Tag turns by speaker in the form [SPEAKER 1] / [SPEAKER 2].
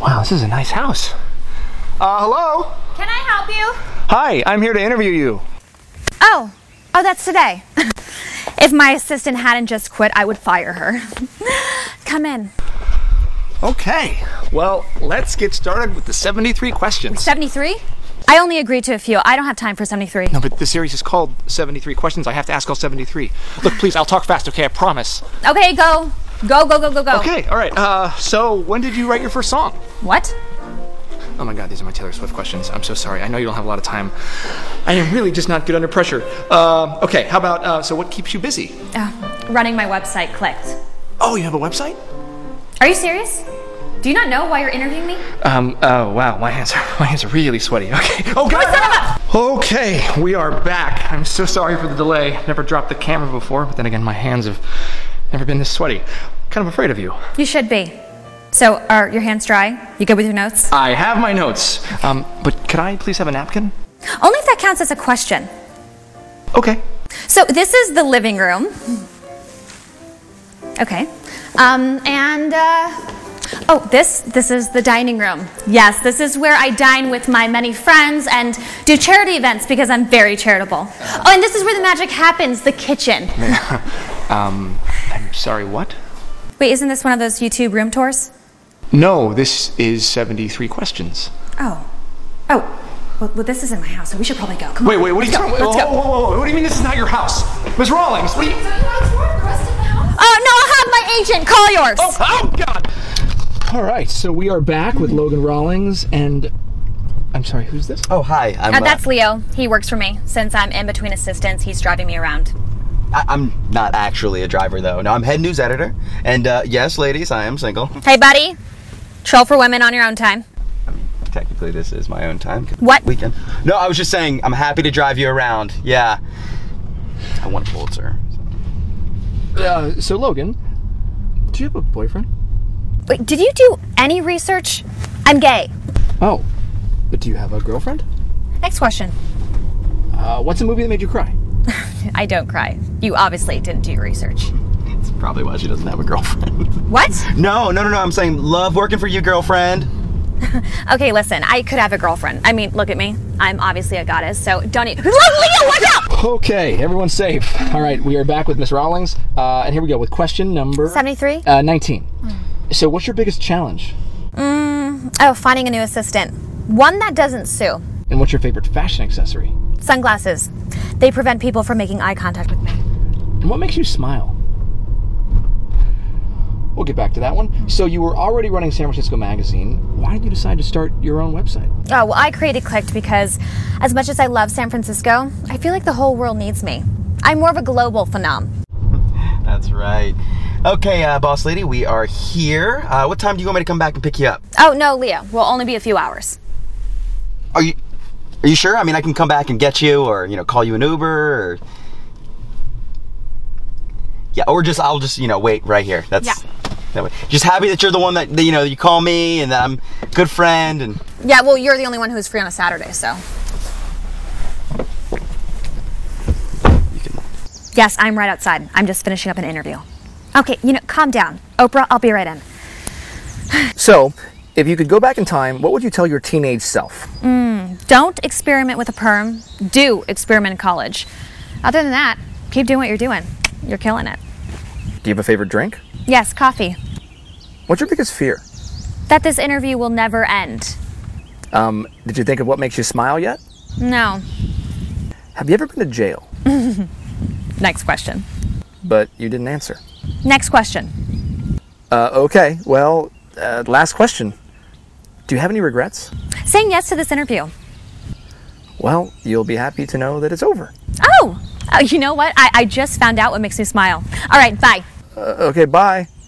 [SPEAKER 1] Wow, this is a nice house. Uh, hello?
[SPEAKER 2] Can I help you?
[SPEAKER 1] Hi, I'm here to interview you.
[SPEAKER 2] Oh, oh, that's today. if my assistant hadn't just quit, I would fire her. Come in.
[SPEAKER 1] Okay, well, let's get started with the 73 questions.
[SPEAKER 2] 73? I only agreed to a few. I don't have time for 73.
[SPEAKER 1] No, but this series is called 73 Questions. I have to ask all 73. Look, please, I'll talk fast, okay? I promise.
[SPEAKER 2] Okay, go. Go, go, go, go, go.
[SPEAKER 1] Okay, all right. Uh, so, when did you write your first song?
[SPEAKER 2] What?
[SPEAKER 1] Oh my god, these are my Taylor Swift questions. I'm so sorry. I know you don't have a lot of time. I am really just not good under pressure. Um, okay, how about uh, so what keeps you busy?
[SPEAKER 2] Uh, running my website clicked.
[SPEAKER 1] Oh, you have a website?
[SPEAKER 2] Are you serious? Do you not know why you're interviewing me?
[SPEAKER 1] Um, oh wow, my hands are my hands are really sweaty. Okay. Oh god. Okay, we are back. I'm so sorry for the delay. Never dropped the camera before, but then again, my hands have never been this sweaty. Kind of afraid of you.
[SPEAKER 2] You should be. So, are your hands dry? You good with your notes?
[SPEAKER 1] I have my notes. Um, but could I please have a napkin?
[SPEAKER 2] Only if that counts as a question.
[SPEAKER 1] Okay.
[SPEAKER 2] So this is the living room. Okay. Um, and uh, oh, this this is the dining room. Yes, this is where I dine with my many friends and do charity events because I'm very charitable. Oh, and this is where the magic happens, the kitchen.
[SPEAKER 1] Um, I'm sorry, what?
[SPEAKER 2] Wait, isn't this one of those YouTube room tours?
[SPEAKER 1] No, this is 73 questions.
[SPEAKER 2] Oh. Oh. Well, well this isn't my house, so we should probably go. Come
[SPEAKER 1] Wait,
[SPEAKER 2] on.
[SPEAKER 1] wait, what are you
[SPEAKER 2] let's go.
[SPEAKER 1] talking
[SPEAKER 2] Let's
[SPEAKER 1] whoa,
[SPEAKER 2] go.
[SPEAKER 1] whoa, whoa, whoa, what do you mean this is not your house? Ms. Rawlings, what do you.
[SPEAKER 2] Oh no, I'll have my agent call yours.
[SPEAKER 1] Oh, God! All right, so we are back with Logan Rawlings and. I'm sorry, who's this?
[SPEAKER 3] Oh, hi. I'm,
[SPEAKER 2] Uh, that's Leo. He works for me. Since I'm in between assistants, he's driving me around.
[SPEAKER 3] I, I'm not actually a driver, though. No, I'm head news editor. And uh, yes, ladies, I am single.
[SPEAKER 2] Hey, buddy. Troll for women on your own time.
[SPEAKER 3] Technically, this is my own time. 'cause
[SPEAKER 2] What?
[SPEAKER 3] it's Weekend. No, I was just saying, I'm happy to drive you around. Yeah. I want a Pulitzer.
[SPEAKER 1] Uh, so, Logan, do you have a boyfriend?
[SPEAKER 2] Wait, did you do any research? I'm gay.
[SPEAKER 1] Oh, but do you have a girlfriend?
[SPEAKER 2] Next question.
[SPEAKER 1] Uh, what's a movie that made you cry?
[SPEAKER 2] I don't cry. You obviously didn't do your research.
[SPEAKER 3] That's probably why she doesn't have a girlfriend.
[SPEAKER 2] What?
[SPEAKER 3] no, no, no, no. I'm saying love working for you, girlfriend.
[SPEAKER 2] Okay, listen, I could have a girlfriend. I mean, look at me. I'm obviously a goddess, so don't eat. Leo, watch out!
[SPEAKER 1] Okay, everyone's safe. All right, we are back with Miss Rawlings, uh, and here we go with question number
[SPEAKER 2] 73?
[SPEAKER 1] uh, 19. So, what's your biggest challenge?
[SPEAKER 2] Oh, finding a new assistant. One that doesn't sue.
[SPEAKER 1] And what's your favorite fashion accessory?
[SPEAKER 2] Sunglasses. They prevent people from making eye contact with me.
[SPEAKER 1] And what makes you smile? We'll get back to that one. So, you were already running San Francisco Magazine. Why did you decide to start your own website?
[SPEAKER 2] Oh, well, I created Clicked because as much as I love San Francisco, I feel like the whole world needs me. I'm more of a global phenom.
[SPEAKER 3] That's right. Okay, uh, boss lady, we are here. Uh, what time do you want me to come back and pick you up?
[SPEAKER 2] Oh, no, Leo, will only be a few hours.
[SPEAKER 3] Are you. Are you sure? I mean, I can come back and get you, or you know, call you an Uber, or yeah, or just I'll just you know wait right here. That's
[SPEAKER 2] Yeah.
[SPEAKER 3] that way. Just happy that you're the one that that, you know you call me and that I'm a good friend and
[SPEAKER 2] Yeah, well, you're the only one who's free on a Saturday, so.
[SPEAKER 3] you can.
[SPEAKER 2] Yes, I'm right outside. I'm just finishing up an interview. Okay, you know, calm down. Oprah, I'll be right in.
[SPEAKER 1] So, if you could go back in time, what would you tell your teenage self?
[SPEAKER 2] Don't experiment with a perm, do experiment in college. Other than that, keep doing what you're doing. You're killing it.
[SPEAKER 1] Do you have a favorite drink?
[SPEAKER 2] Yes, coffee.
[SPEAKER 1] What's your biggest fear?
[SPEAKER 2] That this interview will never end.
[SPEAKER 1] Um, did you think of what makes you smile yet?
[SPEAKER 2] No.
[SPEAKER 1] Have you ever been to jail?
[SPEAKER 2] Next question.
[SPEAKER 1] But you didn't answer.
[SPEAKER 2] Next question.
[SPEAKER 1] Uh, okay, well, uh, last question. Do you have any regrets?
[SPEAKER 2] saying yes to this interview.
[SPEAKER 1] Well, you'll be happy to know that it's over.
[SPEAKER 2] Oh, uh, you know what? I, I just found out what makes me smile. All right, bye.
[SPEAKER 1] Uh, okay, bye.